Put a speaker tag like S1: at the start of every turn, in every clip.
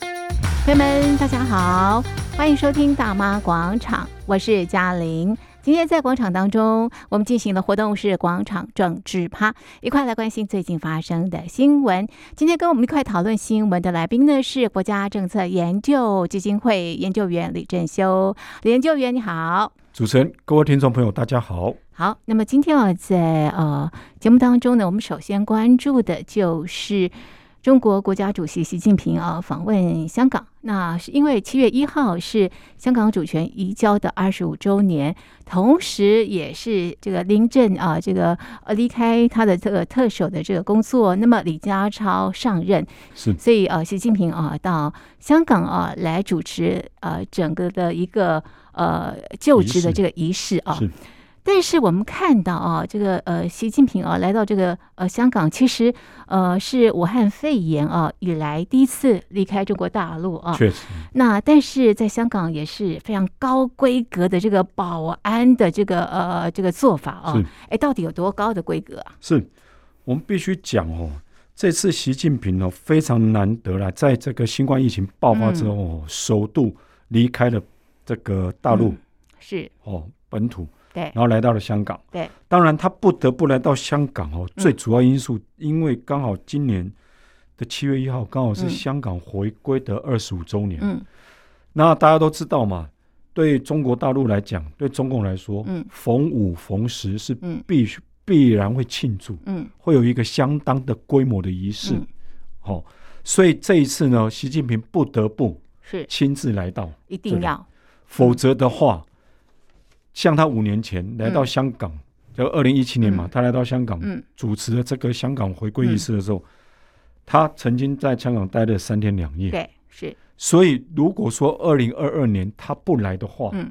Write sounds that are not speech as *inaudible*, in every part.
S1: 朋友们，大家好，欢迎收听《大妈广场》，我是嘉玲。今天在广场当中，我们进行的活动是广场政治趴，一块来关心最近发生的新闻。今天跟我们一块讨论新闻的来宾呢是国家政策研究基金会研究员李正修，李研究员你好。
S2: 主持人，各位听众朋友，大家好。
S1: 好，那么今天啊，在呃节目当中呢，我们首先关注的就是中国国家主席习近平啊访问香港。那是因为七月一号是香港主权移交的二十五周年，同时也是这个林郑啊这个呃离开他的这个特首的这个工作，那么李家超上任，
S2: 是
S1: 所以呃习近平啊到香港啊来主持呃整个的一个呃就职的这个仪式啊。
S2: 是，
S1: 但是我们看到啊，这个呃，习近平啊来到这个呃香港，其实呃是武汉肺炎啊以来第一次离开中国大陆啊。
S2: 确实
S1: 那但是在香港也是非常高规格的这个保安的这个呃这个做法啊
S2: 是。
S1: 哎，到底有多高的规格啊？
S2: 是。我们必须讲哦，这次习近平哦非常难得啦，在这个新冠疫情爆发之后，哦，首度离开了这个大陆、
S1: 嗯是
S2: 哦本土，
S1: 对
S2: 然后来到了香港。
S1: 对，嗯
S2: 当然他不得不来到香港哦，最主要因素，因为刚好今年的七月一号刚好是
S1: 嗯
S2: 香港回归的二十五周年。
S1: 嗯
S2: 那大家都知道嘛，对中国大陆来讲，对中共来说，
S1: 嗯
S2: 逢五逢十是
S1: 嗯
S2: 必须必然会庆祝，
S1: 嗯
S2: 会有一个相当的规模的仪式
S1: 嗯。
S2: 好、所以这一次呢，习近平不得不
S1: 是
S2: 亲自来到，
S1: 一定要
S2: 否则的话，像他五年前来到香港，就二零一七年嘛，
S1: 嗯
S2: 他来到香港、
S1: 嗯
S2: 主持了这个香港回归仪式的时候，他曾经在香港待了三天两夜。
S1: 对是
S2: 所以，如果说二零二二年他不来的话，
S1: 嗯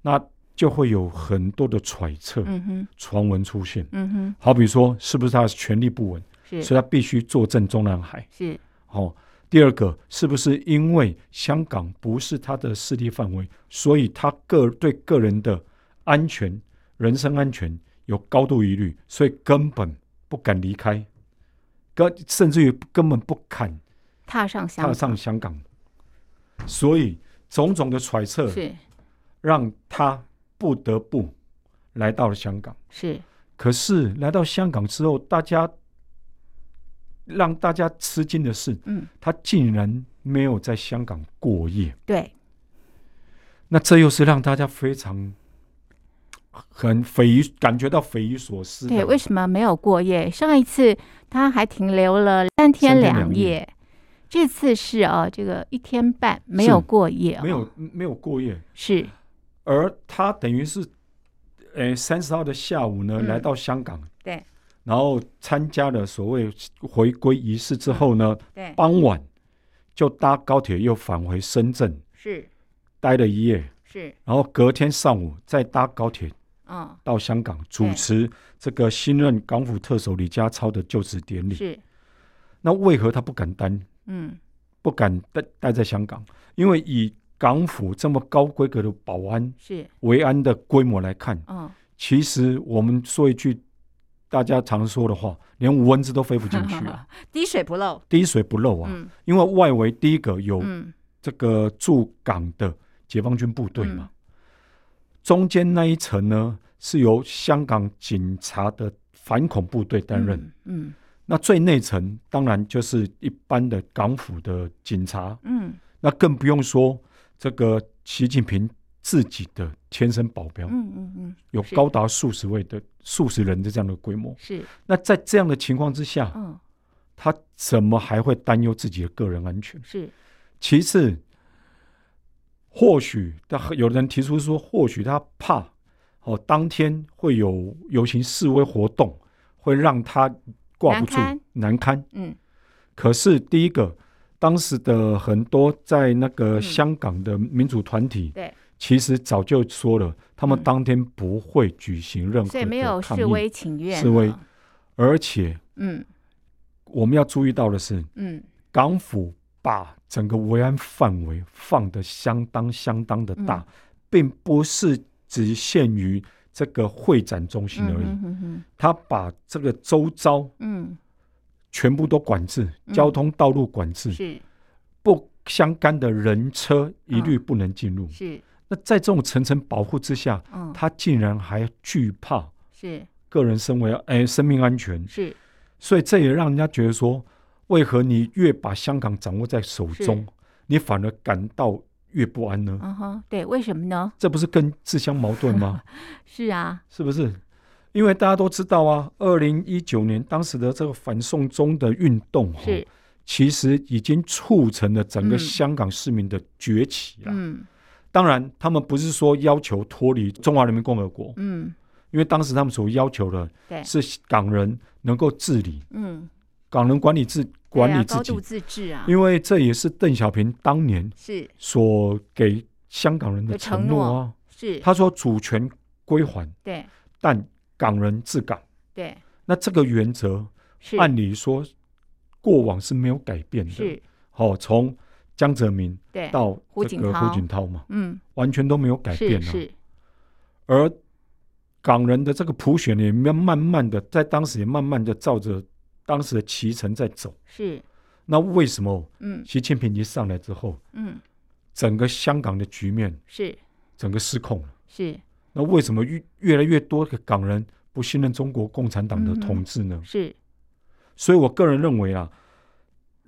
S2: 那就会有很多的揣测、
S1: 嗯哼
S2: 传闻出现。
S1: 嗯哼
S2: 好比说，是不是他的权力不稳，
S1: 是
S2: 所以他必须坐镇中南海？
S1: 是
S2: 哦，第二个，是不是因为香港不是他的势力范围，所以他个对个人的安全、人身安全有高度疑虑，所以根本不敢离开，根甚至于根本不敢
S1: 踏上香
S2: 踏
S1: 港
S2: 上香港，所以种种的揣测
S1: 是
S2: 让他不得不来到了香港。
S1: 是
S2: 可是来到香港之后，大家让大家吃惊的是，
S1: 嗯
S2: 他竟然没有在香港过夜。
S1: 对
S2: 那这又是让大家非常很匪夷，感觉到匪夷所思的。
S1: 对，为什么没有过夜？上一次他还停留了三天
S2: 三天
S1: 两
S2: 两
S1: 夜，这次是啊，这个一天半没有过夜、哦，
S2: 没有没有过夜？
S1: 是
S2: 而他等于是，呃，三十号的下午呢，
S1: 嗯
S2: 来到香港，
S1: 对
S2: 然后参加了所谓回归仪式之后呢，
S1: 对
S2: 傍晚就搭高铁又返回深圳，
S1: 是
S2: 待了一夜，
S1: 是
S2: 然后隔天上午再搭高铁
S1: 嗯
S2: 到香港主持这个新任港府特首李家超的就职典礼。
S1: 是
S2: 那为何他不敢担
S1: 嗯
S2: 不敢待待在香港？因为以港府这么高规格的保安
S1: 是
S2: 维安的规模来看，
S1: 嗯
S2: 其实我们说一句大家常说的话，连蚊子都飞不进去啊，
S1: *laughs* 滴水不漏，
S2: 滴水不漏啊。
S1: 嗯
S2: 因为外围第一个有
S1: 嗯
S2: 这个驻港的解放军部队
S1: 嗯
S2: 嘛，中间那一层呢是由香港警察的反恐部队担任，
S1: 嗯
S2: 那最内层当然就是一般的港府的警察，
S1: 嗯
S2: 那更不用说这个习近平自己的贴身保镖，
S1: 嗯嗯嗯
S2: 有
S1: 是
S2: 高达数十位的数十人的这样的规模。
S1: 是
S2: 那在这样的情况之下，
S1: 嗯
S2: 他怎么还会担忧自己的个人安全？
S1: 是
S2: 其次，或许他有人提出说，或许他怕哦，当天会有游行示威活动，会让他挂不住
S1: 难堪
S2: 难堪。
S1: 嗯
S2: 可是第一个，当时的很多在那个
S1: 嗯
S2: 香港的民主团体，
S1: 对，
S2: 其实早就说了，他们
S1: 嗯
S2: 当天不会举行任何
S1: 所以没有
S2: 的抗
S1: 示
S2: 议，
S1: 威情愿，
S2: 示威而且
S1: 嗯
S2: 我们要注意到的是，
S1: 嗯
S2: 港府把整个维安范围放得相当相当的大，
S1: 嗯
S2: 并不是只限于这个会展中心而已，
S1: 嗯嗯
S2: 他把这个周遭
S1: 嗯
S2: 全部都管制，
S1: 嗯
S2: 交通道路管制，
S1: 是嗯
S2: 不相干的人车一律不能进入。
S1: 是，
S2: 那在这种层层保护之下，
S1: 嗯，
S2: 他竟然还惧怕
S1: 是
S2: 个人身为哎生命安全，
S1: 是
S2: 所以这也让人家觉得说，为何你越把香港掌握在手中
S1: 是，
S2: 你反而感到越不安呢？
S1: 嗯哼，对，为什么呢？
S2: 这不是更自相矛盾
S1: *laughs*
S2: 吗？
S1: 是啊，
S2: 是不是？因为大家都知道啊，二零一九年当时的这个反送中的运动、哦，
S1: 是，
S2: 其实已经促成了整个
S1: 嗯
S2: 香港市民的崛起啊。
S1: 嗯
S2: 当然，他们不是说要求脱离中华人民共和国，
S1: 嗯，
S2: 因为当时他们所要求的
S1: 对，
S2: 是港人能够治理，
S1: 嗯，
S2: 港人管理自
S1: 对
S2: 管
S1: 啊
S2: 理自
S1: 高
S2: 己，
S1: 度自治啊，
S2: 因为这也是邓小平当年
S1: 是
S2: 所给香港人的
S1: 的
S2: 承
S1: 承
S2: 诺啊。
S1: 是，
S2: 他说主权归还，
S1: 对
S2: 但港人治港。
S1: 对
S2: 那这个原则，
S1: 是
S2: 按理说过往是没有改变的。
S1: 是，
S2: 好，从江泽民
S1: 对，
S2: 到
S1: 胡
S2: 这
S1: 锦
S2: 个
S1: 涛
S2: 胡锦涛嘛，
S1: 嗯，
S2: 完全都没有改变
S1: 是
S2: 啊。
S1: 是，
S2: 而港人的这个普选也慢慢慢的，在当时也慢慢的照着当时的脐橙在走。
S1: 是，
S2: 那为什么
S1: 嗯
S2: 习近平一上来之后，
S1: 嗯，
S2: 整个香港的局面
S1: 是
S2: 整个失控了？
S1: 是
S2: 那为什么越越来越多的港人不信任中国共产党的
S1: 嗯哼
S2: 统治呢？
S1: 是，
S2: 所以我个人认为啊，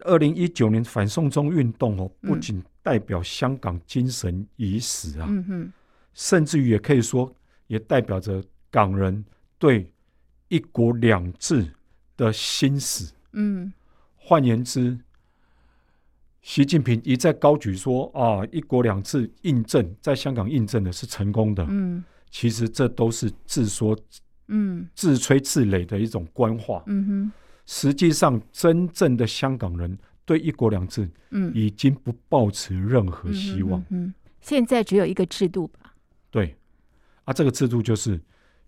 S2: 二零一九年反送中运动哦，
S1: 嗯
S2: 不仅代表香港精神已死啊，
S1: 嗯哼，
S2: 甚至于也可以说，也代表着港人对一国两制的心死。
S1: 嗯
S2: 换言之，习近平一再高举说啊，一国两制印证在香港印证的是成功的，
S1: 嗯
S2: 其实这都是自说
S1: 嗯
S2: 自吹自擂的一种官话。
S1: 嗯哼，
S2: 实际上，真正的香港人对一国两制
S1: 嗯，
S2: 已经不抱持任何
S1: 嗯
S2: 希
S1: 哼
S2: 望。
S1: 嗯哼，现在只有一个制度吧，
S2: 对，啊，这个制度就是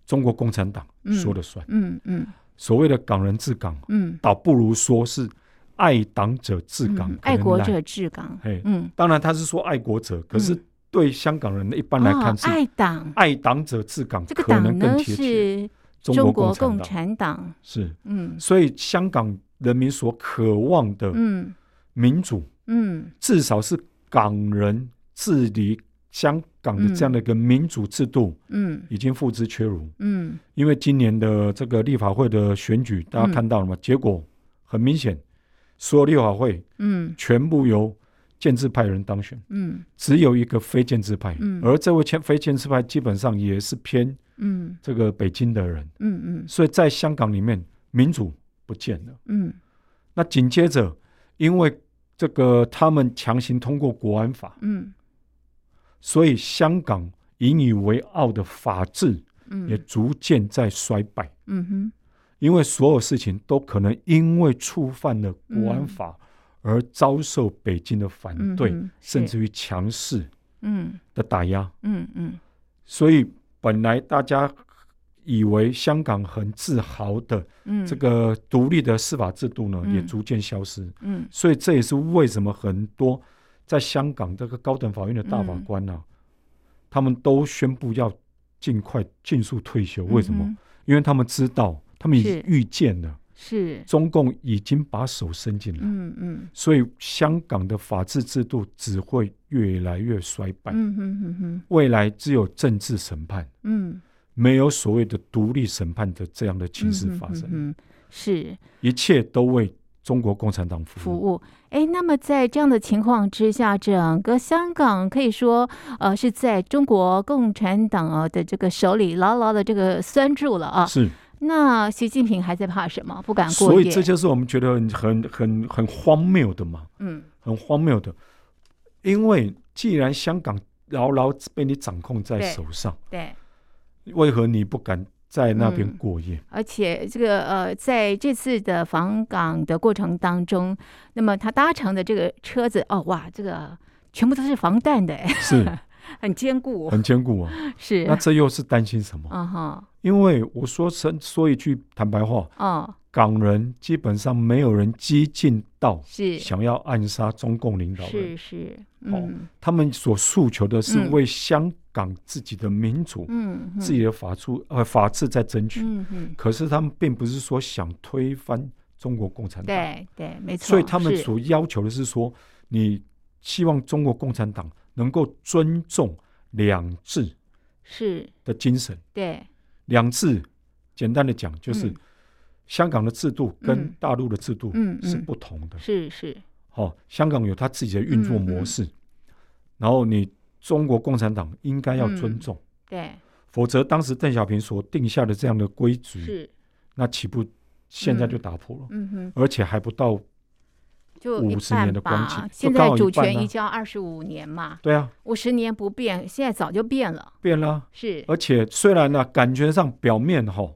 S2: 中国共产党
S1: 嗯
S2: 说了算。
S1: 嗯嗯
S2: 所谓的港人治港，
S1: 嗯，
S2: 倒不如说是爱党者治港，
S1: 嗯
S2: 可能
S1: 爱国
S2: 来。
S1: 者治港
S2: 嘿，
S1: 嗯，
S2: 当然，他是说爱国者，可是
S1: 嗯
S2: 对香港人一般来看
S1: 哦，
S2: 是
S1: 爱党
S2: 爱党者治港，
S1: 这个
S2: 可能
S1: 党
S2: 更
S1: 呢
S2: 贴切。
S1: 是
S2: 中
S1: 中
S2: 共
S1: 国
S2: 产
S1: 共
S2: 党
S1: 产党，
S2: 是，
S1: 嗯
S2: 所以香港人民所渴望的
S1: 嗯
S2: 民主，
S1: 嗯
S2: 至少是港人治理香港的这样的一个民主制度，
S1: 嗯
S2: 已经付之阙如。
S1: 嗯，
S2: 因为今年的这个立法会的选举，大家看到了吗？结果很明显，所有立法会
S1: 嗯
S2: 全部由建制派人当选，
S1: 嗯
S2: 只有一个非建制派。
S1: 嗯
S2: 而这位前非建制派基本上也是偏
S1: 嗯
S2: 这个北京的人，
S1: 嗯嗯
S2: 所以在香港里面民主不见了。
S1: 嗯
S2: 那紧接着，因为这个他们强行通过国安法，
S1: 嗯
S2: 所以香港引以为傲的法治
S1: 嗯，
S2: 也逐渐在衰败，
S1: 嗯哼
S2: 因为所有事情都可能因为触犯了国安法而遭受北京的反
S1: 嗯
S2: 对，
S1: 哼
S2: 甚
S1: 是
S2: 至于强势
S1: 嗯
S2: 的打压。
S1: 嗯嗯
S2: 所以本来大家以为香港很自豪的
S1: 嗯
S2: 这个独立的司法制度呢，
S1: 嗯
S2: 也逐渐消失。
S1: 嗯
S2: 所以这也是为什么很多在香港这个高等法院的大法官呢、啊
S1: 嗯
S2: 他们都宣布要尽快尽速退休。为什么？
S1: 嗯哼
S2: 因为他们知道，他们已
S1: 是
S2: 预见了
S1: 是
S2: 中共已经把手伸进来，
S1: 嗯嗯
S2: 所以香港的法治制度只会越来越衰败。
S1: 嗯哼哼哼
S2: 未来只有政治审判，
S1: 嗯
S2: 没有所谓的独立审判的这样的情势发生，
S1: 嗯是
S2: 一切都为中国共产党服
S1: 服
S2: 务。
S1: 务。哎，那么在这样的情况之下，整个香港可以说，呃，是在中国共产党啊的这个手里牢牢的这个拴住了啊。
S2: 是。
S1: 那习近平还在怕什么？不敢过
S2: 所
S1: 夜。
S2: 以这就是我们觉得很很很很荒谬的嘛，
S1: 嗯
S2: 很荒谬的。因为既然香港牢牢被你掌控在
S1: 对
S2: 手上，
S1: 对，
S2: 为何你不敢在那边
S1: 嗯
S2: 过夜？
S1: 而且这个呃，在这次的访港的过程当中，那么他搭乘的这个车子，哦哇，这个全部都是防弹的，哎 *laughs*
S2: 是
S1: 很坚固，
S2: 很坚固啊。
S1: *laughs* 是
S2: 那，这又是担心什么？
S1: 嗯哈，
S2: 因为我说真说一句坦白话，
S1: 哦，
S2: 港人基本上没有人激进到
S1: 是
S2: 想要暗杀中共领导
S1: 是，
S2: 人
S1: 是，
S2: 好
S1: 嗯
S2: 他们所诉求的是
S1: 嗯
S2: 为香港自己的民主、
S1: 嗯哼，
S2: 自己的法治呃法治在争取。
S1: 嗯哼，
S2: 可是他们并不是说想推翻中国共产党，
S1: 对对，没错，
S2: 所以他们
S1: 是
S2: 所要求的是说，你希望中国共产党能够尊重两制
S1: 是，
S2: 的精神。
S1: 对，
S2: 两制，简单的讲就是
S1: 嗯
S2: 香港的制度跟
S1: 嗯
S2: 大陆的制度
S1: 嗯
S2: 是
S1: 嗯
S2: 不同的。
S1: 是是，
S2: 哦，香港有它自己的运作模
S1: 嗯
S2: 式，然后你中国共产党应该要尊重，
S1: 嗯对，
S2: 否则当时邓小平所定下的这样的规矩，
S1: 是，
S2: 那岂不现在就打破了？
S1: 嗯哼，
S2: 而且还不到
S1: 就一
S2: 50
S1: 半
S2: 年的光景
S1: 吧。
S2: 就
S1: 现
S2: 刚
S1: 在
S2: 好一
S1: 主
S2: 半
S1: 权
S2: 啊
S1: 移交二十五年嘛，
S2: 对啊，
S1: 五十年不变，现在早就变了，
S2: 变啦、
S1: 是，
S2: 而且虽然呢、感觉上表面哈、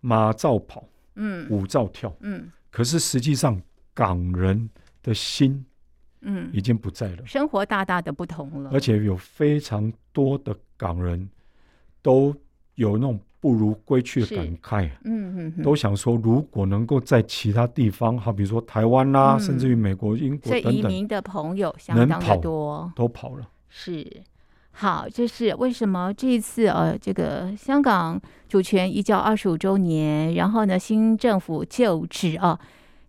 S2: 马照跑，
S1: 嗯
S2: 舞照跳，
S1: 嗯
S2: 可是实际上港人的心
S1: 嗯，
S2: 已经不在了，
S1: 生活大大的不同了
S2: 而，且有非常多的港人都有那种不如归去的感慨。啊
S1: 嗯嗯嗯，
S2: 都想说，如果能够在其他地方，好比如说台湾啦、
S1: 嗯
S2: 甚至于美国、英
S1: 所
S2: 国
S1: 以
S2: 等
S1: 移
S2: 等，
S1: 民的朋友相
S2: 能
S1: 当的
S2: 跑
S1: 多，
S2: 都跑了。
S1: 是，好，这是为什么这一次呃，这个香港主权移交二十五周年，然后呢，新政府就职啊，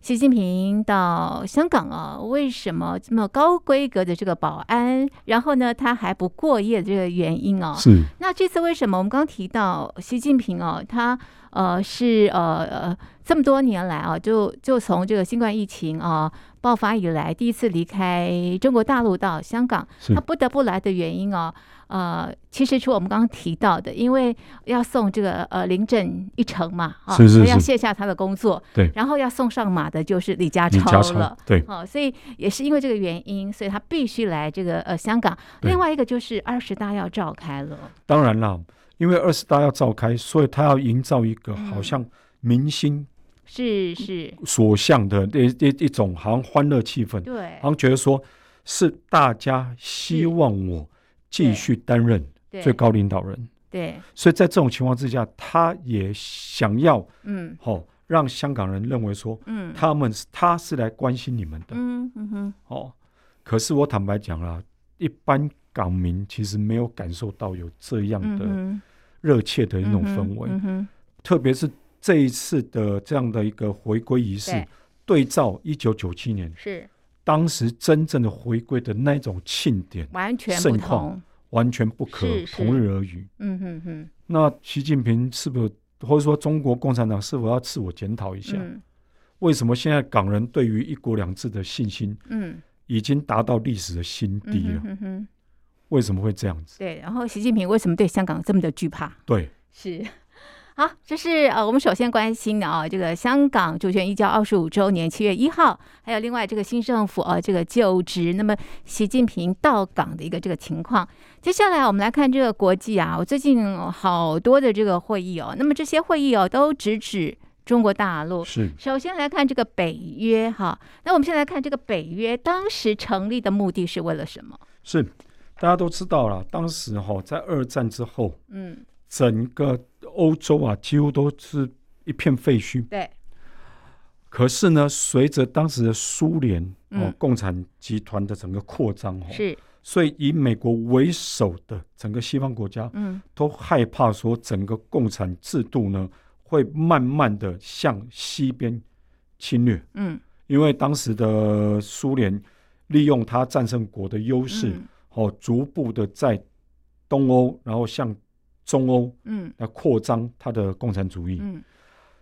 S1: 习近平到香港啊，为什么这么高规格的这个保安，然后呢，他还不过夜的这个原因啊？
S2: 是
S1: 那这次为什么我们刚提到习近平哦，他呃是呃呃这么多年来啊，就就从这个新冠疫情啊爆发以来，第一次离开中国大陆到香港，
S2: 是
S1: 他不得不来的原因哦，呃，其实除了我们刚刚提到的，因为要送这个呃林郑一程嘛，啊，
S2: 是是
S1: 他要
S2: 是
S1: 卸下他的工作，
S2: 对
S1: 然后要送上马的就是李家
S2: 李家
S1: 啊超了
S2: 超。，对，
S1: 哦，所以也是因为这个原因，所以他必须来这个呃香港。
S2: 对
S1: 另外一个就是二十大要召开了，哦
S2: 当然啦，因为二十大要召开，所以他要营造一
S1: 嗯
S2: 个好像明星嗯
S1: 是是，
S2: 所向的一一一种好像欢乐气氛，
S1: 对
S2: 好像觉得说是大家希望我继续担任
S1: 对
S2: 最高领导人，
S1: 对，
S2: 所以在这种情况之下，他也想要
S1: 嗯
S2: 哦让香港人认为说
S1: 嗯
S2: 他们是他是来关心你们的
S1: 嗯嗯哼，
S2: 哦。可是我坦白讲啦，一般港民其实没有感受到有这样
S1: 嗯
S2: 的
S1: 哼，
S2: 热切的
S1: 嗯
S2: 那种
S1: 哼
S2: 氛围，
S1: 嗯哼，
S2: 特别是这一次的这样的一个回归仪式，
S1: 对，
S2: 对照一九九七年
S1: 是
S2: 当时真正的回归的那种庆典，
S1: 完全不
S2: 盛况
S1: 同，
S2: 完全不可
S1: 是是
S2: 同日而语。
S1: 嗯哼哼，
S2: 那习近平是不是，或者说中国共产党是否要自我检讨一下？
S1: 嗯
S2: 为什么现在港人对于“一国两制”的信心
S1: 嗯
S2: 已经达到历史的新
S1: 嗯
S2: 低了？
S1: 哼哼哼，
S2: 为什么会这样子？
S1: 对。然后习近平为什么对香港这么的惧怕？
S2: 对，
S1: 是。 *laughs* 好，这是呃，我们首先关心的啊，这个香港主权移交二十五周年，七月一号，还有另外这个新政府啊，这个就职，那么习近平到港的一个这个情况。接下来我们来看这个国际啊，我最近有好多的这个会议哦，那么这些会议哦，都直指中国大陆。
S2: 是
S1: 首先来看这个北约哈，那我们先来看这个北约当时成立的目的是为了什么？
S2: 是，大家都知道了，当时哈、在二战之后，
S1: 嗯，
S2: 整个欧洲啊几乎都是一片废墟。
S1: 对，
S2: 可是呢，随着当时的苏联哦、
S1: 嗯
S2: 共产集团的整个扩张哦，
S1: 是，
S2: 所以以美国为首的整个西方国家
S1: 嗯，
S2: 都害怕说，整个共产制度呢会慢慢的向西边侵略，
S1: 嗯，
S2: 因为当时的苏联利用它战胜国的优势，
S1: 嗯，
S2: 哦，逐步的在东欧，然后向中欧
S1: 嗯，
S2: 来扩张它的共产主义，
S1: 嗯，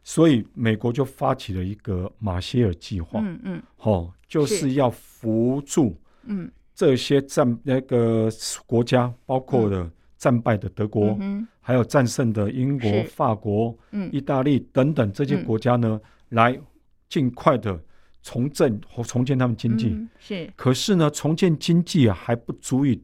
S2: 所以美国就发起了一个马歇尔计划，
S1: 嗯，嗯，
S2: 哦，就是是要扶助
S1: 嗯。
S2: 这些战那个国家，包括了战败的德国，
S1: 嗯
S2: 还有战胜的英国
S1: 是、
S2: 法国、
S1: 哼嗯
S2: 意大利等等这些
S1: 嗯
S2: 国家呢，来尽快的重振和重建他们经济。
S1: 嗯是
S2: 可是呢，重建经济啊，还不足以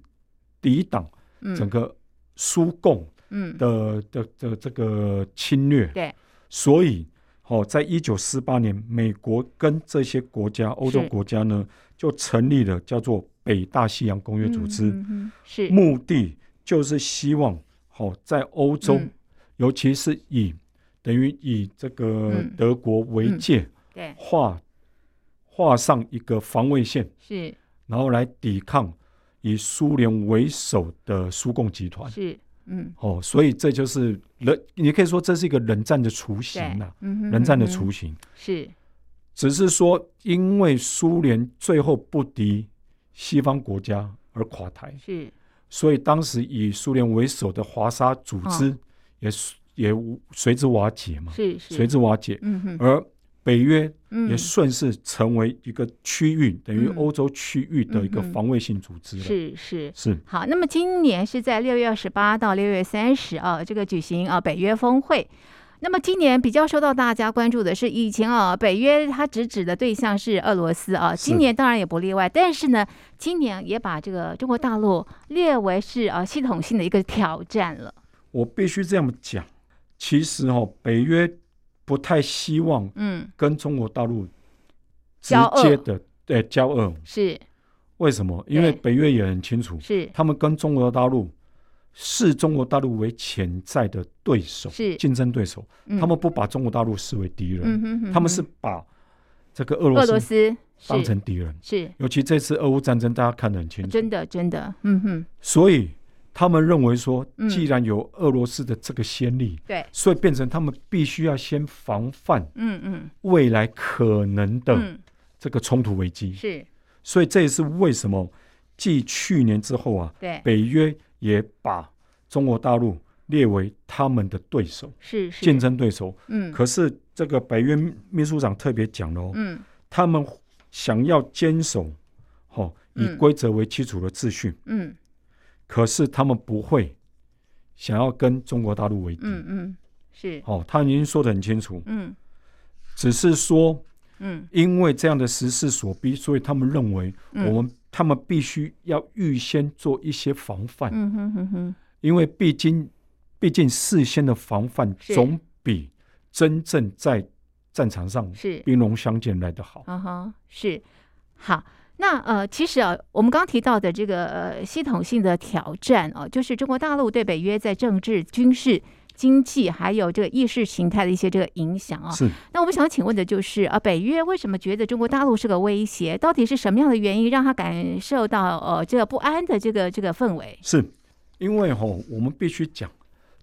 S2: 抵挡
S1: 嗯
S2: 整个苏共
S1: 嗯
S2: 的、的的这个侵略。
S1: 对，
S2: 所以，哦，在一九四八年，美国跟这些国家、欧洲
S1: 是
S2: 国家呢，就成立了叫做北大西洋公约组织，
S1: 嗯嗯嗯是
S2: 目的就是希望，哦，在欧洲，
S1: 嗯
S2: 尤其是以等于以这个
S1: 嗯
S2: 德国为界，
S1: 对
S2: 画画上一个防卫线。
S1: 是
S2: 然后来抵抗以苏联为首的苏共集团。
S1: 是嗯
S2: 哦，所以这就是冷，你可以说这是一个冷战的雏形
S1: 对
S2: 呐、
S1: 嗯哼
S2: 冷战的
S1: 嗯哼
S2: 雏形。
S1: 是
S2: 只是说，因为苏联最后不敌西方国家而垮台。
S1: 是
S2: 所以当时以苏联为首的华沙组织也、也随之瓦解嘛，
S1: 是哦是，
S2: 随之瓦解，
S1: 嗯哼，
S2: 而北约
S1: 嗯
S2: 也顺势成为一个区域，等于
S1: 嗯
S2: 欧洲区域的一个
S1: 嗯嗯
S2: 防卫性组织了。
S1: 是是。
S2: 是
S1: 好，那么今年是在六月二十八到六月三十啊，这个举行啊北约峰会。那么今年比较受到大家关注的是，以前啊北约它直指的对象是俄罗斯啊，今
S2: 是
S1: 年当然也不例外。但是呢，今年也把这个中国大陆列为是啊系统性的一个挑战了。
S2: 我必须这样讲。其实哈、哦，北约不太希望
S1: 嗯，
S2: 跟中国大陆直
S1: 交恶
S2: 接的对交恶，
S1: 是
S2: 为什么？因为
S1: 对
S2: 北约也很清楚，
S1: 是
S2: 他们跟中国大陆视中国大陆为潜在的对手、
S1: 是
S2: 竞争对手，
S1: 嗯
S2: 他们不把中国大陆视为敌人，
S1: 嗯哼哼
S2: 他们是
S1: 哼
S2: 把这个俄罗
S1: 俄罗
S2: 斯
S1: 斯
S2: 当
S1: 是
S2: 成敌人。
S1: 是
S2: 尤其这次俄乌战争，大家看得很清楚，
S1: 真的真的，嗯哼，
S2: 所以他们认为说
S1: 嗯，
S2: 既然有俄罗斯的这个先例，
S1: 对，
S2: 所以变成他们必须要先防范
S1: 嗯嗯
S2: 未来可能的
S1: 嗯
S2: 这个冲突危机。
S1: 是
S2: 所以这也是为什么继去年之后啊，
S1: 对
S2: 北约也把中国大陆列为他们的对手、
S1: 是是
S2: 竞争对手。
S1: 嗯
S2: 可是这个北约秘书长特别讲了哦，
S1: 嗯
S2: 他们想要坚守哦以
S1: 嗯
S2: 规则为基础的秩序，
S1: 嗯
S2: 可是他们不会想要跟中国大陆为敌。
S1: 嗯嗯是
S2: 哦，他已经说得很清楚，
S1: 嗯
S2: 只是说
S1: 嗯
S2: 因为这样的时势所逼，所以他们认为
S1: 嗯
S2: 我们、他们必须要预先做一些防范，
S1: 嗯哼哼哼
S2: 因为毕竟毕竟事先的防范
S1: 是
S2: 总比真正在战场上
S1: 是
S2: 兵戎相见来得好。
S1: 啊哈是好。那呃，其实啊，我们刚提到的这个呃系统性的挑战哦、就是中国大陆对北约在政治、军事、经济还有这个意识形态的一些这个影响啊、
S2: 是
S1: 那我们想请问的就是啊，北约为什么觉得中国大陆是个威胁？到底是什么样的原因让他感受到呃这个不安的这个这个氛围？
S2: 是，因为吼、我们必须讲，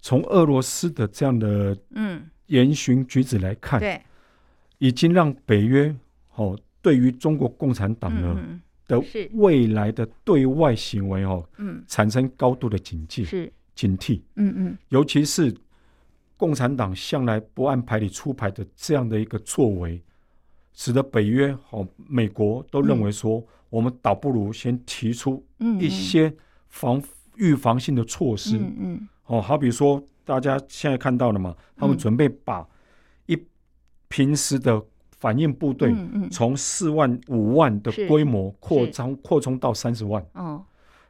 S2: 从俄罗斯的这样的
S1: 嗯，
S2: 言行举止来看，
S1: 对，
S2: 已经让北约哦对于中国共产党呢、
S1: 嗯
S2: 的
S1: 是
S2: 未来的对外行为哦
S1: 嗯
S2: 产生高度的警
S1: 嗯
S2: 戒
S1: 是
S2: 警惕，
S1: 嗯嗯
S2: 尤其是共产党向来不按牌理出牌的这样的一个作为，使得北约哦美国都认为说、我们倒不如先提出
S1: 嗯
S2: 一些防预防性的措施、
S1: 嗯嗯
S2: 哦，好比说大家现在看到了嘛，他们
S1: 嗯
S2: 准备把一平时的反应部队
S1: 嗯嗯
S2: 从四万五万的
S1: 是
S2: 规模扩
S1: 是
S2: 张扩充到三十万。
S1: 哦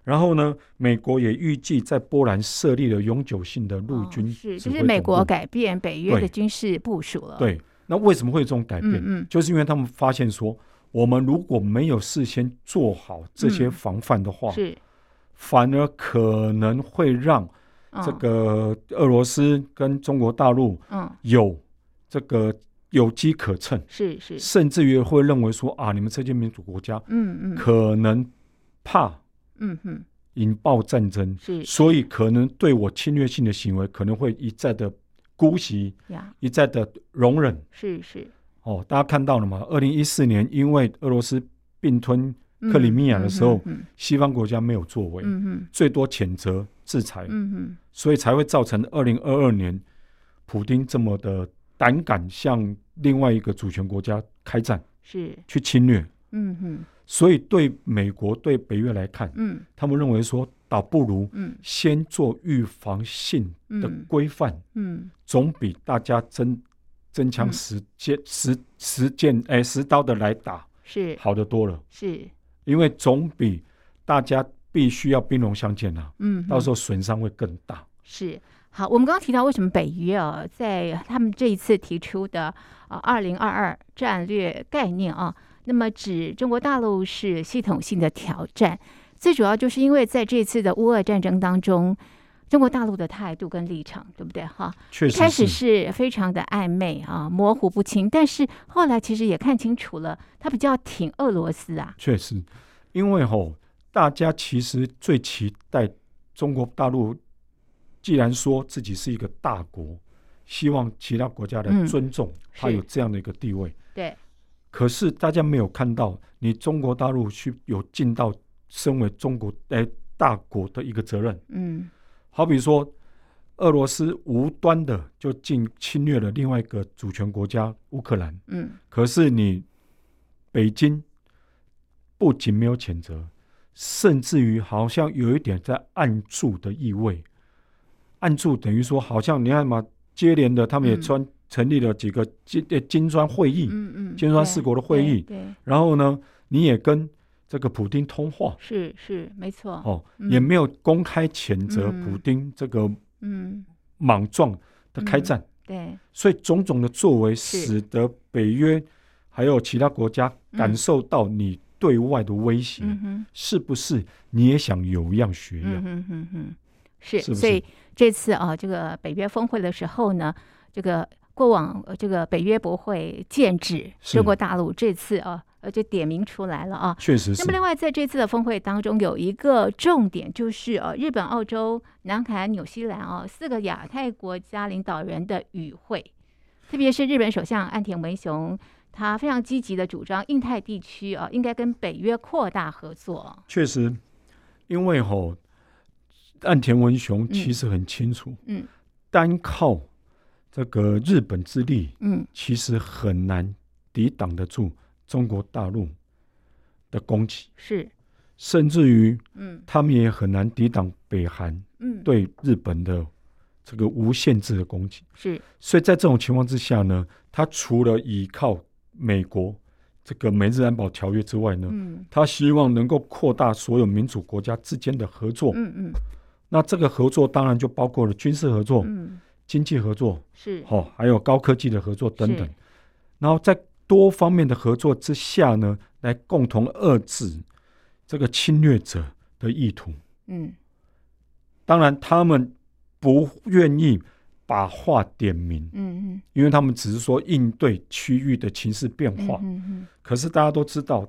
S2: 然后呢，美国也预计在波兰设立了永久性的陆
S1: 哦
S2: 军指挥
S1: 是
S2: 总
S1: 就
S2: 部、
S1: 是美国改变北约的
S2: 对
S1: 军事部署了，，
S2: 对。那为什么会有这种改变？
S1: 嗯嗯
S2: 就是因为他们发现说，我们如果没有事先做好这些
S1: 嗯
S2: 防范的话，
S1: 是
S2: 反而可能会让这
S1: 嗯
S2: 个俄罗斯跟中国大陆
S1: 嗯
S2: 有这个有机可乘，
S1: 是是
S2: 甚至于会认为说啊，你们这些民主国家
S1: 嗯嗯
S2: 可能怕
S1: 嗯嗯
S2: 引爆战争，
S1: 是
S2: 所以可能对我侵略性的行为可能会一再的姑息，
S1: 呀
S2: 一再的容忍。
S1: 是是
S2: 哦，大家看到了吗？二零一四年因为俄罗斯并吞克里米亚的时候，
S1: 嗯
S2: 西方国家没有作为，
S1: 嗯
S2: 最多谴责制裁，
S1: 嗯嗯
S2: 所以才会造成二零二二年普丁这么的胆敢向另外一个主权国家开战
S1: 是
S2: 去侵略。
S1: 嗯嗯
S2: 所以对美国、对北约来看，
S1: 嗯
S2: 他们认为说，倒不如
S1: 嗯
S2: 先做预防性的
S1: 嗯
S2: 规范，
S1: 嗯
S2: 总比大家真真枪实剑、实实剑哎实刀的来打
S1: 是
S2: 好得多了，
S1: 是
S2: 因为总比大家必须要兵戎相见啊，
S1: 嗯
S2: 到时候损伤会更大。
S1: 是好，我们刚刚提到为什么北约啊，在他们这一次提出的啊二零二二战略概念啊，那么指中国大陆是系统性的挑战，最主要就是因为在这次的乌俄战争当中。中国大陆的态度跟立场，对不对？哈，
S2: 确
S1: 一开始
S2: 实
S1: 是非常的暧昧啊，模糊不清。但是后来其实也看清楚了，他比较挺俄罗斯啊。
S2: 确实，因为吼，大家其实最期待中国大陆，既然说自己是一个大国，希望其他国家
S1: 嗯
S2: 来尊重它
S1: 是
S2: 有这样的一个地位。
S1: 对，
S2: 可是大家没有看到，你中国大陆去有尽到身为中国哎大国的一个责任。
S1: 嗯
S2: 好比说，俄罗斯无端的就进侵略了另外一个主权国家乌克兰，
S1: 嗯
S2: 可是你北京不仅没有谴责，甚至于好像有一点在按住的意味。按住等于说，好像你看嘛，接连的他们也
S1: 嗯
S2: 穿、成立了几个金呃金砖会议，
S1: 嗯嗯，
S2: 尖端
S1: 对
S2: 四国的会议
S1: 对，对
S2: 然后呢，你也跟这个普丁通话
S1: 是是没错，
S2: 哦，
S1: 嗯
S2: 也没有公开谴责
S1: 嗯
S2: 普丁这个
S1: 嗯，
S2: 莽撞的开战，
S1: 对，
S2: 所以种种的作为
S1: 是
S2: 使得北约还有其他国家
S1: 嗯
S2: 感受到你对外的威胁，
S1: 嗯哼，
S2: 是不是？你也想有样学
S1: 嗯
S2: 样？
S1: 哼哼哼，是，
S2: 是不
S1: 所
S2: 是
S1: 以这次啊，这个北约峰会的时候呢，这个过往呃这个北约不会剑指
S2: 是
S1: 中国大陆，这次啊，呃就点名出来了啊。
S2: 确实
S1: 那
S2: 是
S1: 么，，另外在这次的峰会当中，有一个重点就是呃，日本、澳洲、南韩、纽西兰啊、四个亚太国家领导人的与会，特别是日本首相岸田文雄，他非常积极的主张印太地区啊、呃应该跟北约扩大合作。
S2: 确实，因为吼、岸田文雄其实很清楚，
S1: 嗯，
S2: 单靠这个日本之力，
S1: 嗯
S2: 其实很难抵挡得住中国大陆的攻击，
S1: 是，
S2: 甚至于
S1: 嗯
S2: 他们也很难抵挡北韩
S1: 嗯，，
S2: 对日本的这个无限制的攻击。
S1: 是，
S2: 所以在这种情况之下呢，他除了依靠美国这个美日安保条约之外呢，
S1: 嗯
S2: 他希望能够扩大所有民主国家之间的合作。
S1: 嗯嗯
S2: 那这个合作当然就包括了军事合作、
S1: 嗯，
S2: 经济合作，
S1: 是，
S2: 哦，还有高科技的合作等等
S1: 是。
S2: 然后在多方面的合作之下呢，来共同遏制这个侵略者的意图。
S1: 嗯
S2: 当然，他们不愿意把话点明，
S1: 嗯嗯
S2: 因为他们只是说应对区域的情势变
S1: 嗯
S2: 化。
S1: 嗯
S2: 可是大家都知道，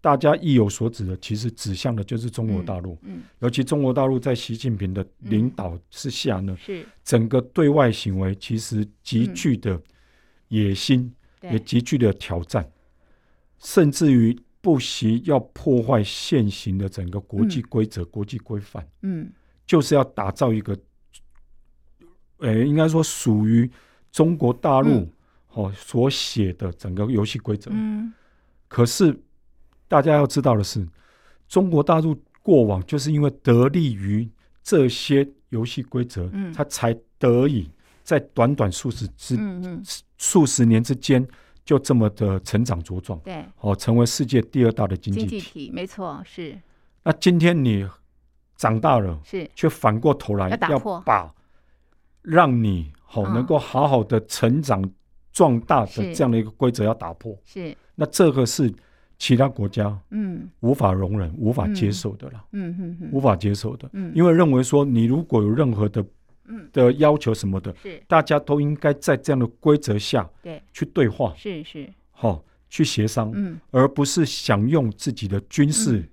S2: 大家意有所指的，其实指向的就是中国大陆，
S1: 嗯
S2: 尤其中国大陆在习近平的领导之下呢，
S1: 嗯，是，
S2: 整个对外行为其实极
S1: 嗯
S2: 具的野心，也
S1: 对，
S2: 极具的挑战，甚至于不惜要破坏现行的整个国际规则、国际规范，
S1: 嗯
S2: 就是要打造一个，呃，应该说属于中国大陆、
S1: 嗯
S2: 哦所写的整个游戏规则。
S1: 嗯
S2: 可是大家要知道的是，中国大陆过往就是因为得利于这些游戏规则，
S1: 嗯
S2: 它才得以在短短数十之、
S1: 嗯嗯，
S2: 数十年之间就这么的成长茁壮，
S1: 对，
S2: 哦，成为世界第二大的经济
S1: 经
S2: 体。
S1: 济体没错，是
S2: 那今天你长大了，
S1: 是，
S2: 却反过头来
S1: 要打破
S2: 把让你好、
S1: 嗯
S2: 能够好好的成长壮大
S1: 是
S2: 的这样的一个规则要打破，
S1: 是，
S2: 那这个是其他国家
S1: 嗯
S2: 无法容忍、无法接受的啦，
S1: 嗯嗯
S2: 无
S1: 嗯
S2: 法接受的，
S1: 嗯，
S2: 因为认为说你如果有任何的
S1: 嗯
S2: 的要求什么的，
S1: 是，
S2: 大家都应该在这样的规则下
S1: 对，
S2: 去对话，
S1: 是是，
S2: 哈、去协商，
S1: 嗯
S2: 而不是想用自己的军事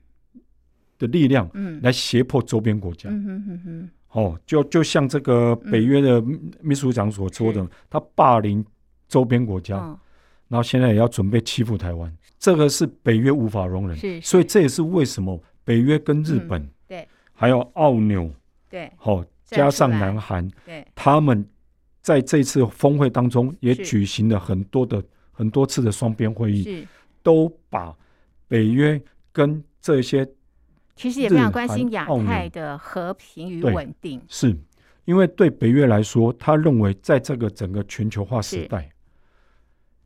S2: 的力量
S1: 嗯，
S2: 来胁迫周边国家。
S1: 嗯哼哼哼，
S2: 哦，就就像这个北约的秘书长所说的，他霸凌周边国家，
S1: 嗯
S2: 然后现在也要准备欺负台湾，这个是北约无法容忍。
S1: 是，
S2: 所以
S1: 是嗯
S2: 这也是为什么北约跟日本、
S1: 对
S2: 还有澳纽，
S1: 对
S2: 好、
S1: 站
S2: 加
S1: 出
S2: 上
S1: 来
S2: 南韩，
S1: 对，
S2: 他们在这次峰会当中也
S1: 是
S2: 举行了很多的很多次的双边会议，
S1: 是，
S2: 都把北约跟这些
S1: 其实也非常
S2: 日
S1: 关
S2: 韩
S1: 心亚
S2: 澳纽
S1: 太的和平与
S2: 对
S1: 稳定，
S2: 是，因为对北约来说，他认为在这个整个全球化时
S1: 是
S2: 代，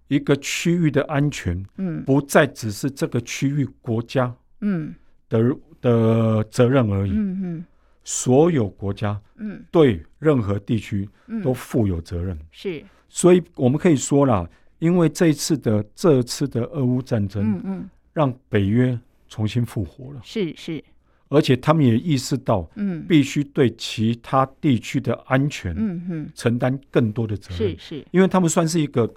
S2: 一个区域的安全
S1: 嗯
S2: 不再只是这个区域国家
S1: 嗯
S2: 的的责任而已，
S1: 嗯
S2: 所有国家
S1: 嗯
S2: 对任何地区
S1: 嗯
S2: 都
S1: 嗯，
S2: 负有责任。
S1: 是，
S2: 所以我们可以说啦，因为这一次的这次的俄乌战争，
S1: 嗯嗯
S2: 让北约重新复活了，
S1: 是是，
S2: 而且他们也意识到
S1: 嗯
S2: 必须对其他地区的安全
S1: 嗯嗯，
S2: 承担更多的责
S1: 是，
S2: 任
S1: 是，
S2: 因为他们算是一个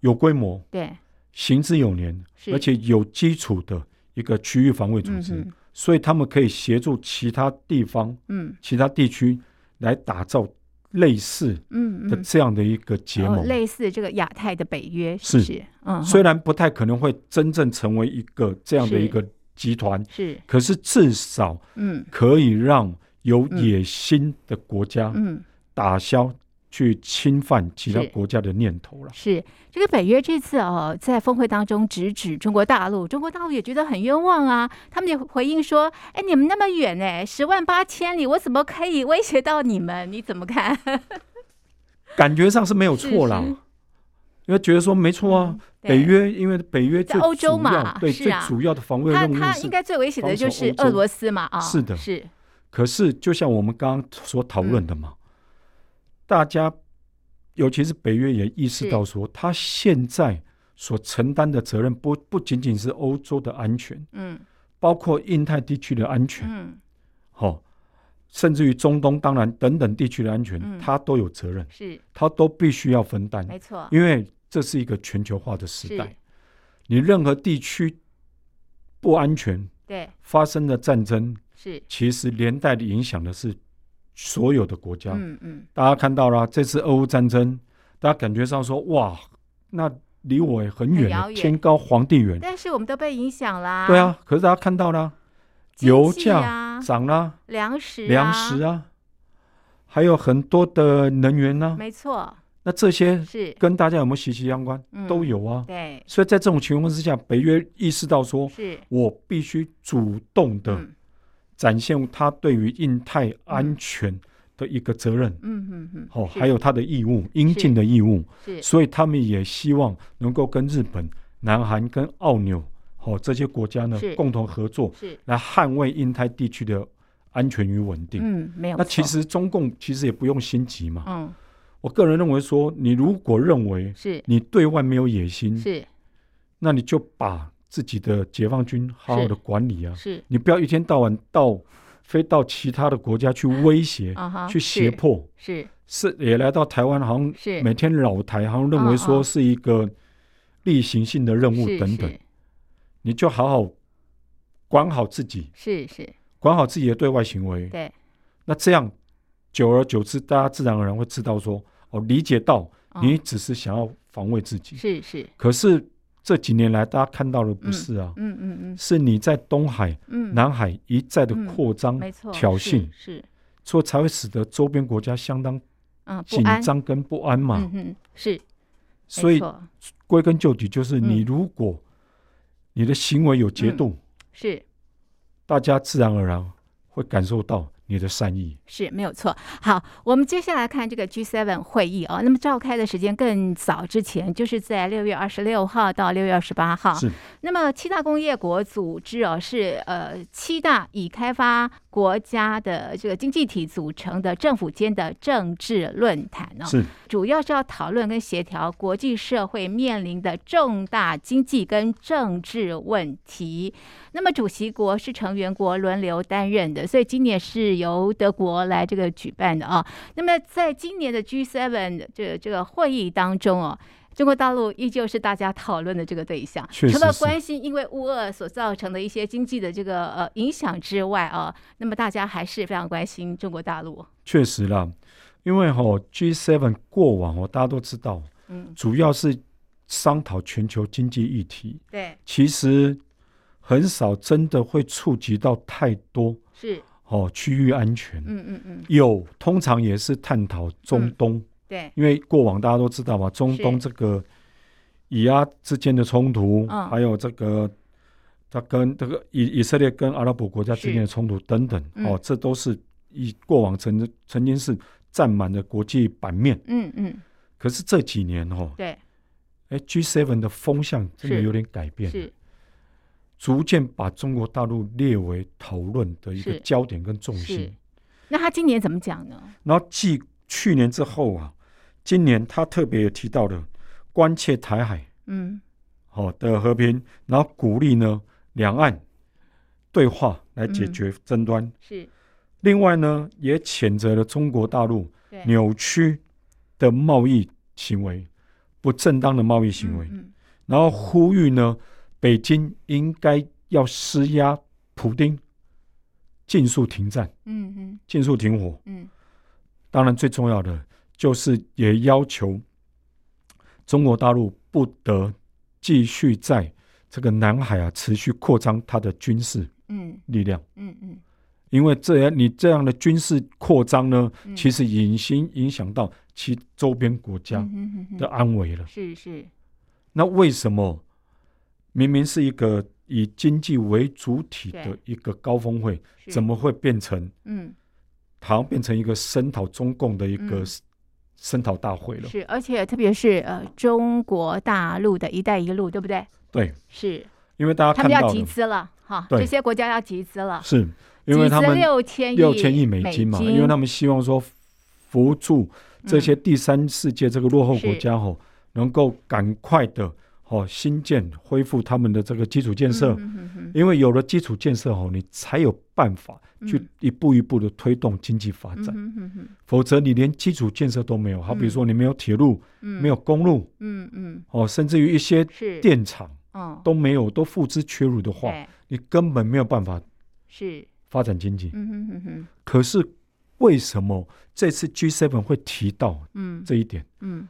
S2: 有规模、
S1: 对，
S2: 行之有年，
S1: 是，
S2: 而且有基础的一个区域防卫组
S1: 嗯
S2: 织，
S1: 哼
S2: 所以他们可以协助其他地方、
S1: 嗯
S2: 其他地区来打造类似
S1: 嗯
S2: 的
S1: 嗯，
S2: 这样的一个结
S1: 哦
S2: 盟。
S1: 类似这个亚太的北约，是不
S2: 是
S1: 是，嗯，
S2: 虽然不太可能会真正成为一个这样的
S1: 是
S2: 一个集团，
S1: 是，
S2: 可是至少
S1: 嗯
S2: 可以让有
S1: 嗯
S2: 野心的国家
S1: 嗯。
S2: 打消去侵犯其他
S1: 是
S2: 国家的念头了。
S1: 是这个北约这次哦，在峰会当中直指中国大陆，中国大陆也觉得很冤枉啊。他们也回应说：“哎，你们那么远哎，十万八千里，我怎么可以威胁到你们？你怎么看
S2: 感觉上是没有错啦
S1: 是是，嗯
S2: 因为觉得说没错啊，？”
S1: 对
S2: 北约因为北约
S1: 在
S2: 最
S1: 欧洲
S2: 主
S1: 嘛
S2: 要对
S1: 是
S2: 最
S1: 啊
S2: 主要的防卫
S1: 他
S2: 任务
S1: 他
S2: 是
S1: 应该最危险的就
S2: 防守
S1: 是
S2: 欧洲
S1: 俄罗斯嘛啊、
S2: 是的
S1: 是
S2: 可是，就像我们刚刚所讨论的
S1: 嗯
S2: 嘛，大家尤其是北约也意识到说，他现在所承担的责任不不仅仅是欧洲的安全，
S1: 嗯
S2: 包括印太地区的安全，
S1: 嗯
S2: 哦，甚至于中东，当然等等地区的安全
S1: 嗯，
S2: 他都有责任，
S1: 是
S2: 他都必须要分担，
S1: 没错，
S2: 因为这是一个全球化的时代
S1: 是，
S2: 你任何地区不安全
S1: 对
S2: 发生的战争，
S1: 是
S2: 其实连带的影响的是所有的国家。
S1: 嗯嗯
S2: 大家看到了这次俄乌战争，大家感觉上说哇，那离我也很
S1: 很
S2: 远
S1: 遥
S2: 了，
S1: 远啊
S2: 天高皇帝远。
S1: 但是我们都被影响啦，
S2: 对，啊，可是大家看到了油
S1: 经济
S2: 价
S1: 啊、
S2: 涨啦、
S1: 粮食、啊、
S2: 粮食啊，还有很多的能源啊，
S1: 没错，
S2: 那这些
S1: 是
S2: 跟大家有没有息息相关？
S1: 嗯
S2: 都有啊。
S1: 对
S2: 所以在这种情况之下，北约意识到说，
S1: 是
S2: 我必须主动的
S1: 嗯
S2: 展现他对于印太安全的一个责任，
S1: 嗯嗯嗯，
S2: 哦，
S1: 是
S2: 还有他的义务，应尽的义务，
S1: 是
S2: 所以他们也希望能够跟日本、南韩、跟澳纽，哦这些国家呢
S1: 是
S2: 共同合作，
S1: 是
S2: 来捍卫印太地区的安全与稳定。
S1: 嗯没有错，
S2: 那其实中共其实也不用心急嘛。
S1: 嗯
S2: 我个人认为说，你如果认为
S1: 是
S2: 你对外没有野心，
S1: 是
S2: 那你就把自己的解放军好好
S1: 是
S2: 的管理啊。
S1: 是
S2: 你不要一天到晚到飞到其他的国家去威胁、
S1: 啊哈，
S2: 去胁迫，
S1: 是
S2: 是也来到台湾，好像
S1: 是
S2: 每天老台好像认为
S1: 嗯
S2: 说
S1: 嗯
S2: 是一个例行性的任
S1: 是
S2: 务
S1: 是
S2: 等等，你就好好管好自己，
S1: 是是
S2: 管好自己的对外行为。
S1: 对
S2: 那这样久而久之，大家自然而然会知道说，哦，理解到
S1: 嗯
S2: 你只是想要防卫自己，
S1: 是是
S2: 可是这几年来大家看到的不是啊，
S1: 嗯嗯
S2: 是你在东海、
S1: 嗯嗯，
S2: 南海一再的
S1: 嗯
S2: 扩张
S1: 没错，
S2: 挑
S1: 是
S2: 衅
S1: 是
S2: 所以才会使得周边国家相当
S1: 嗯不
S2: 紧
S1: 安
S2: 张跟不安嘛。
S1: 嗯嗯是，没
S2: 所以
S1: 错
S2: 归根究底，就是
S1: 嗯
S2: 你如果你的行为有节度，
S1: 是
S2: 大家自然而然会感受到你的善意。
S1: 是没有错。好，我们接下来看这个 G7 会议哦。那么召开的时间更早之前，就是在六月二十六号到六月二十八号。
S2: 是
S1: 那么七大工业国组织哦，是呃七大已开发国家的这个经济体组成的政府间的政治论坛哦，
S2: 是
S1: 主要是要讨论跟协调国际社会面临的重大经济跟政治问题。那么主席国是成员国轮流担任的，所以今年是由德国来这个举办的啊。那么在今年的 G7 的这这个会议当中哦。中国大陆依旧是大家讨论的这个对象，除
S2: 确实
S1: 了
S2: 是
S1: 关心因为乌俄所造成的一些经济的这个呃影响之外啊，那么大家还是非常关心中国大陆。
S2: 确实啦，因为哈、G7 过往哦，大家都知道，
S1: 嗯，
S2: 主要是商讨全球经济议题，
S1: 对，
S2: 其实很少真的会触及到太多
S1: 是，
S2: 哦区域安全。
S1: 嗯嗯嗯，
S2: 有，通常也是探讨中
S1: 嗯
S2: 东。
S1: 对，
S2: 因为过往大家都知道嘛，中东这个以阿之间的冲突，
S1: 嗯
S2: 还有这个它跟这个以以色列跟阿拉伯国家
S1: 是
S2: 之间的冲突等等，
S1: 嗯
S2: 哦，这都是以过往曾曾经是占满了国际版面。
S1: 嗯嗯，
S2: 可是这几年哦，
S1: 对，
S2: 哎，G7 的风向真的
S1: 是
S2: 有点改变，
S1: 是
S2: 逐渐把中国大陆列为讨论的一个
S1: 是
S2: 焦点跟重
S1: 是
S2: 心。。
S1: 那他今年怎么讲呢？
S2: 然后继去年之后啊，今年他特别也提到了关切台海。
S1: 嗯，
S2: 好、的和平，然后鼓励呢两岸对话来解决争端。
S1: 是
S2: 另外呢，也谴责了中国大陆
S1: 对
S2: 扭曲的贸易行为、不正当的贸易行为，
S1: 嗯
S2: 然后呼吁呢北京应该要施压普丁，尽速停战、
S1: 嗯嗯
S2: 尽速停火。
S1: 嗯
S2: 当然，最重要的就是也要求中国大陆不得继续在这个南海啊持续扩张它的军事
S1: 嗯
S2: 力量，
S1: 嗯嗯
S2: 因为这样你这样的军事扩张呢，
S1: 嗯
S2: 其实隐形影响到其周边国家
S1: 嗯嗯嗯
S2: 的安危了。
S1: 是是，
S2: 那为什么明明是一个以经济为主体的
S1: 对
S2: 一个高峰会，
S1: 是
S2: 怎么会变成
S1: 嗯
S2: 好像变成一个声讨中共的一个
S1: 嗯
S2: 声讨大会了？
S1: 是，而且特别是呃中国大陆的一带一路，对不对？
S2: 对，
S1: 是，
S2: 因为大家
S1: 他
S2: 看
S1: 们要
S2: 到
S1: 集
S2: 了，
S1: 资了哈，
S2: 对
S1: 这些国家要集资了，
S2: 是因为他们
S1: 六千
S2: 六千亿美
S1: 美
S2: 金嘛，因为他们希望说扶助这些第三世界这个落后国家吼，能够赶快的哦新建恢复他们的这个基础建设，
S1: 嗯嗯嗯嗯
S2: 因为有了基础建设吼，你才有办法去
S1: 嗯
S2: 一步一步的推动经济发展，
S1: 嗯嗯嗯
S2: 否则你连基础建设都没有，好比
S1: 嗯
S2: 说你没有铁路、
S1: 嗯，
S2: 没有公路
S1: 嗯嗯
S2: 哦，甚至于一些
S1: 是
S2: 电厂
S1: 嗯
S2: 都没有，都付之阙如的话，
S1: 对
S2: 你根本没有办法
S1: 是
S2: 发展经济。
S1: 嗯嗯嗯嗯
S2: 可是为什么这次 G7 会提到
S1: 嗯
S2: 这一点？
S1: 嗯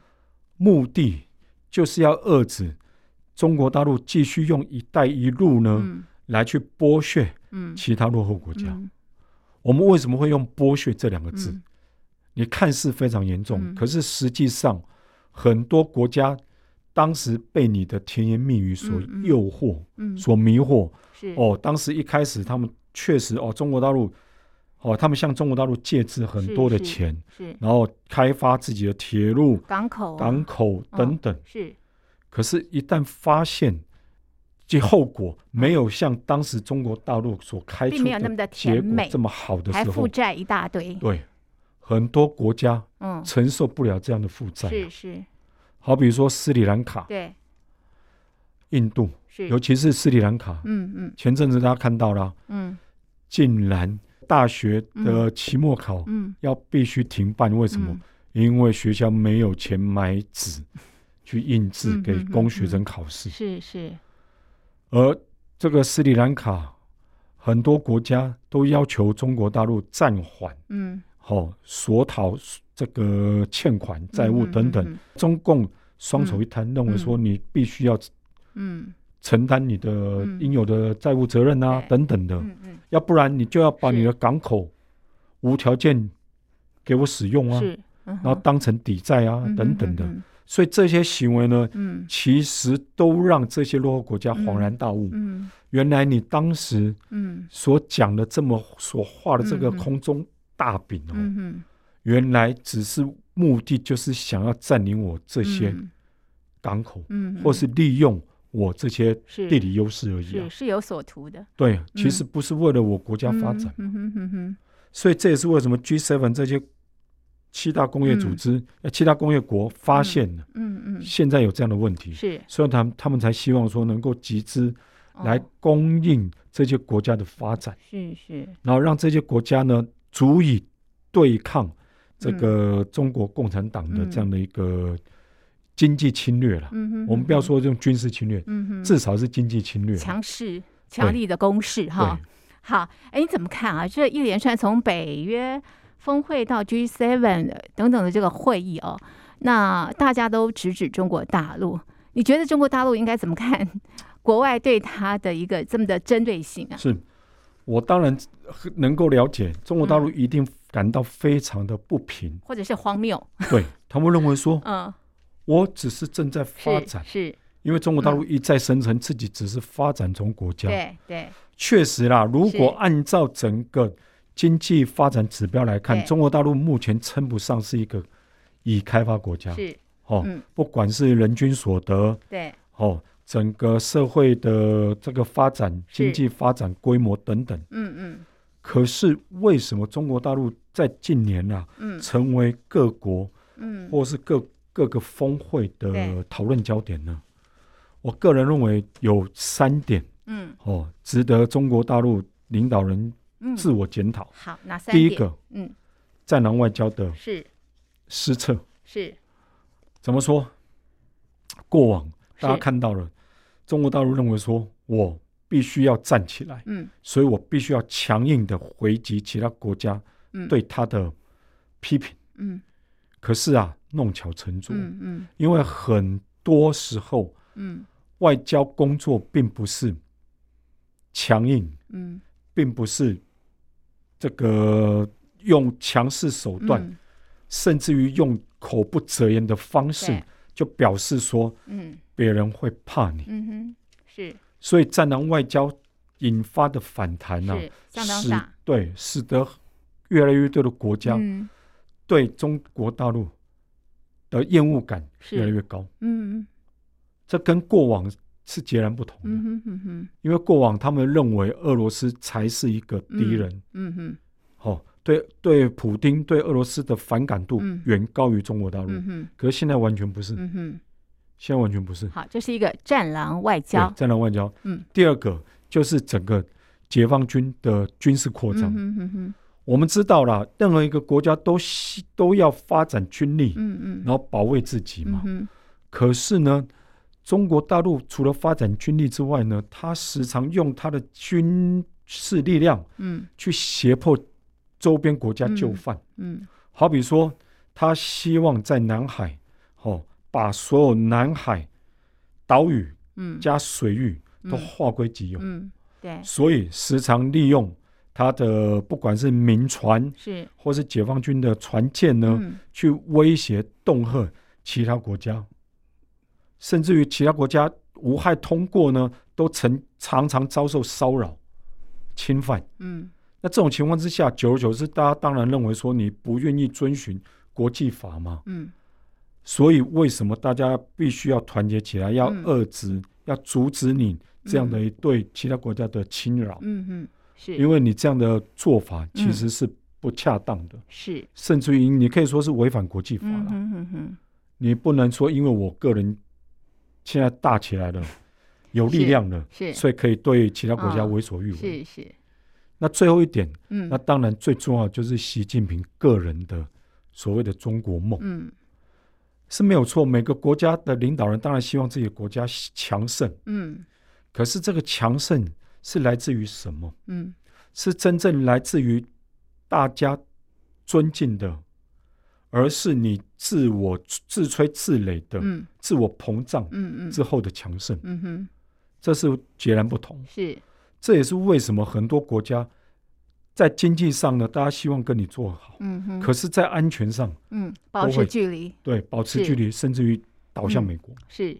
S2: 目的就是要遏制中国大陆继续用“一带一路呢”
S1: 嗯
S2: 来去剥削
S1: 嗯
S2: 其他落后国家。
S1: 嗯
S2: 我们为什么会用“剥削”这两个字？
S1: 嗯
S2: 你看似非常严重，
S1: 嗯
S2: 可是实际上很多国家当时被你的甜言蜜语所
S1: 嗯嗯
S2: 诱惑、
S1: 嗯
S2: 所迷惑。
S1: 是
S2: 哦，当时一开始他们确实哦，中国大陆哦，他们向中国大陆借资很
S1: 是
S2: 多的
S1: 是
S2: 钱，
S1: 是
S2: 然后开发自己的铁路、
S1: 港口啊
S2: 港口等等。
S1: 是
S2: 可是，一旦发现这后果没有像当时中国大陆所开
S1: 并
S2: 出
S1: 没有那么的
S2: 的
S1: 甜
S2: 结果
S1: 美
S2: 这么好的
S1: 还
S2: 时
S1: 负
S2: 候，
S1: 债一大堆，
S2: 对很多国家
S1: 嗯
S2: 承受不了这样的负债啊。
S1: 是是
S2: 好比说斯里兰卡、
S1: 对
S2: 印度，
S1: 是
S2: 尤其是斯里兰卡，
S1: 嗯嗯
S2: 前阵子大家看到了，
S1: 嗯
S2: 竟然大学的期末考
S1: 嗯
S2: 要必须停办，为什么？
S1: 嗯
S2: 因为学校没有钱买纸去印制
S1: 嗯
S2: 给
S1: 嗯嗯
S2: 供学生考试，
S1: 是是
S2: 而这个斯里兰卡很多国家都要求中国大陆暂缓，
S1: 嗯
S2: 哦，索讨这个欠款、债务等等。
S1: 嗯
S2: 中共双手一摊，认为说你必须要
S1: 嗯
S2: 承担你的
S1: 嗯
S2: 应有的债务责任啊，
S1: 对
S2: 等等的，
S1: 嗯嗯
S2: 要不然你就要把
S1: 是
S2: 你的港口无条件给我使用啊，
S1: 是，然
S2: 然后当成抵债啊，等等的。
S1: 嗯
S2: 所以这些行为呢，
S1: 嗯
S2: 其实都让这些落后国家恍然大悟，
S1: 嗯
S2: 原来你当时
S1: 嗯
S2: 所讲的这么所画的这个
S1: 嗯嗯
S2: 空中大饼哦，
S1: 嗯嗯
S2: 原来只是目的就是想要占领我这些港口，
S1: 嗯
S2: 或是利用我这些
S1: 是
S2: 地理优势而已、啊
S1: 是。是有所图的
S2: 对，啊其实不是为了我国家发展，
S1: 嗯哼哼哼，
S2: 所以这也是为什么 G7 这些七大工业组织、呃七大工业国发现了、
S1: 嗯嗯嗯
S2: 现在有这样的问题，
S1: 是
S2: 所以他们他们才希望说能够集资来
S1: 哦
S2: 供应这些国家的发展，
S1: 是是
S2: 然后让这些国家呢足以对抗这个
S1: 嗯
S2: 中国共产党的这样的一个经济侵略了。
S1: 嗯哼，
S2: 我们不要说这种军事侵略，
S1: 嗯哼
S2: 至少是经济侵略啦。
S1: 强势强力的攻势哈
S2: 对。
S1: 好，哎，你怎么看啊？这一连串从北约峰会到 G7 呃等等的这个会议哦，那大家都直指中国大陆，你觉得中国大陆应该怎么看国外对他的一个这么的针对性啊？
S2: 是我当然能够了解，中国大陆一定感到非常的不
S1: *laughs*
S2: 平，
S1: 或者是荒谬？
S2: 对他们认为说，
S1: 嗯，
S2: 我只是正在发
S1: 是
S2: 展，
S1: 是，
S2: 因为中国大陆一再声称自己只是发展中国家。
S1: 对对，
S2: 确实啦，如
S1: 是
S2: 果按照整个经济发展指标来看，
S1: 对
S2: 中国大陆目前称不上是一个已开发国家。
S1: 是，
S2: 哦，
S1: 嗯
S2: 不管是人均所得，
S1: 对，
S2: 哦，整个社会的哦这个发展、
S1: 是
S2: 经济发展规模等等。
S1: 嗯嗯
S2: 可是为什么中国大陆在近年啊，
S1: 嗯
S2: 成为各国
S1: 嗯，
S2: 或是各各个峰会
S1: 对
S2: 的讨论焦点呢？我个人认为有三点
S1: 嗯
S2: 哦，值得中国大陆领导人
S1: 嗯，
S2: 自我检讨。
S1: 好，哪三
S2: 第
S1: 点？
S2: 一，个，
S1: 嗯，
S2: 战狼外交的
S1: 是
S2: 失策，
S1: 是
S2: 怎么说？过往大家
S1: 是，
S2: 看到了，中国大陆认为说我必须要站起来，
S1: 嗯
S2: 所以我必须要强硬的回击其他国家
S1: 嗯，，
S2: 对他的批评。
S1: 嗯
S2: 可是啊，弄巧成拙，
S1: 嗯嗯
S2: 因为很多时候
S1: 嗯
S2: 外交工作并不是强硬，
S1: 嗯，
S2: 并不是这个用强势手段，
S1: 嗯
S2: 甚至于用口不择言的方式
S1: 对，
S2: 就表示说
S1: 嗯
S2: 别人会怕你。
S1: 嗯哼，是
S2: 所以战狼外交引发的反弹呢、
S1: 是相当
S2: 使
S1: 大，
S2: 对使得越来越多的国家
S1: 嗯
S2: 对中国大陆的厌恶感越来
S1: 是
S2: 越高，
S1: 嗯
S2: 这跟过往是截然不同的。
S1: 嗯哼嗯哼
S2: 因为过往他们认为俄罗斯才是一个敌人，
S1: 嗯哼
S2: 哦，对对，普丁对俄罗斯的反感度
S1: 嗯
S2: 远高于中国大陆。
S1: 嗯哼
S2: 可是现在完全不是，
S1: 嗯哼，
S2: 现在完全不是。
S1: 好，这是一个战狼外
S2: 对
S1: 交，，
S2: 战狼外交。
S1: 嗯，
S2: 第二个就是整个解放军的军事扩张。
S1: 嗯哼嗯哼
S2: 我们知道啦，任何一个国家都希都要发展军力，
S1: 嗯嗯，
S2: 然后保卫自己
S1: 嗯
S2: 嘛。
S1: 哼
S2: 可是呢，中国大陆除了发展军力之外呢，它时常用它的军事力量
S1: 嗯
S2: 去胁迫周边国家就
S1: 嗯
S2: 范。
S1: 嗯
S2: 好比说，他希望在南海，哦，把所有南海岛屿
S1: 嗯
S2: 加水域
S1: 嗯
S2: 都划归己有，
S1: 嗯对
S2: 所以时常利用他的不管是民船
S1: 是
S2: 或是解放军的船舰呢，
S1: 嗯
S2: 去威胁恫吓其他国家，甚至于其他国家无害通过呢，都曾常常遭受骚扰、侵犯。
S1: 嗯
S2: 那这种情况之下，久而久之，大家当然认为说你不愿意遵循国际法嘛，
S1: 嗯
S2: 所以为什么大家必须要团结起来，要
S1: 嗯
S2: 遏制、要阻止你这样的一对其他国家的侵扰？
S1: 嗯哼是嗯
S2: 因为你这样的做法其实是不恰当的，
S1: 是
S2: 甚至于你可以说是违反国际法
S1: 嗯
S2: 了。
S1: 哼嗯哼
S2: 你不能说因为我个人现在大起
S1: *laughs*
S2: 来了，有力量了，
S1: 是
S2: 所以可以对其他国家
S1: 啊
S2: 为所欲为。
S1: 是是
S2: 那最后一点。
S1: 嗯
S2: 那当然最重要就是习近平个人的所谓的中国梦、
S1: 嗯
S2: 是没有错。每个国家的领导人当然希望自己的国家强盛，
S1: 嗯
S2: 可是这个强盛是来自于什么？
S1: 嗯
S2: 是真正来自于大家尊敬的，而是你自我自吹自擂的、
S1: 嗯
S2: 自我膨胀
S1: 嗯嗯
S2: 之后的强盛，
S1: 嗯哼
S2: 这是截然不同。
S1: 是
S2: 这也是为什么很多国家在经济上呢，大家希望跟你做好，
S1: 嗯哼
S2: 可是，在安全上。
S1: 嗯保
S2: 都
S1: 持
S2: 会
S1: 距离
S2: 对，保持
S1: 是
S2: 距离，甚至于倒向
S1: 嗯
S2: 美国。
S1: 是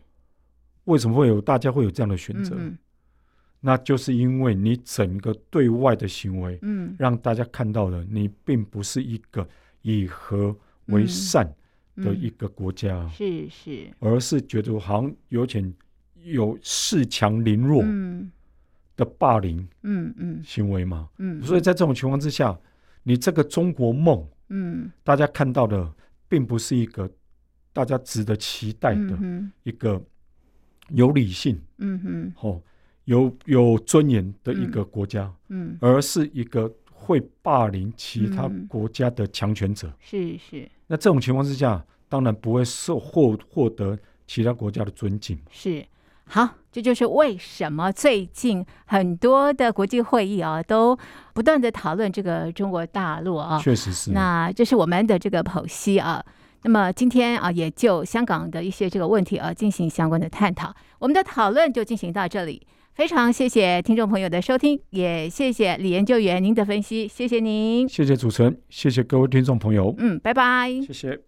S2: 为什么会有大家会有这样的选
S1: 嗯
S2: 择？
S1: 嗯
S2: 那就是因为你整个对外的行为，
S1: 嗯
S2: 让大家看到了你并不是一个以和为
S1: 嗯
S2: 善的
S1: 嗯
S2: 一个国家，
S1: 是是
S2: 而是觉得好像有点有恃强凌弱
S1: 嗯
S2: 的霸凌
S1: 嗯嗯
S2: 行为嘛。
S1: 嗯
S2: 所以在这种情况之下，你这个中国梦，
S1: 嗯
S2: 大家看到的并不是一个大家值得期待的
S1: 嗯哼
S2: 一个有理性。
S1: 嗯哼
S2: 哦，有有尊严的一
S1: 嗯
S2: 个国家，
S1: 嗯
S2: 而是一个会霸凌其他
S1: 嗯
S2: 国家的强权者。
S1: 是是
S2: 那这种情况之下，当然不会受获获得其他国家的尊敬。
S1: 是。好，这就是为什么最近很多的国际会议啊，都不断的讨论这个中国大陆啊。
S2: 确实是，
S1: 那这是我们的这个剖析啊。那么今天啊，也就香港的一些这个问题啊，进行相关的探讨。我们的讨论就进行到这里，非常谢谢听众朋友的收听，也谢谢李研究员您的分析，谢谢您。
S2: 谢谢主持人，谢谢各位听众朋友，
S1: 嗯，拜拜。
S2: 谢谢。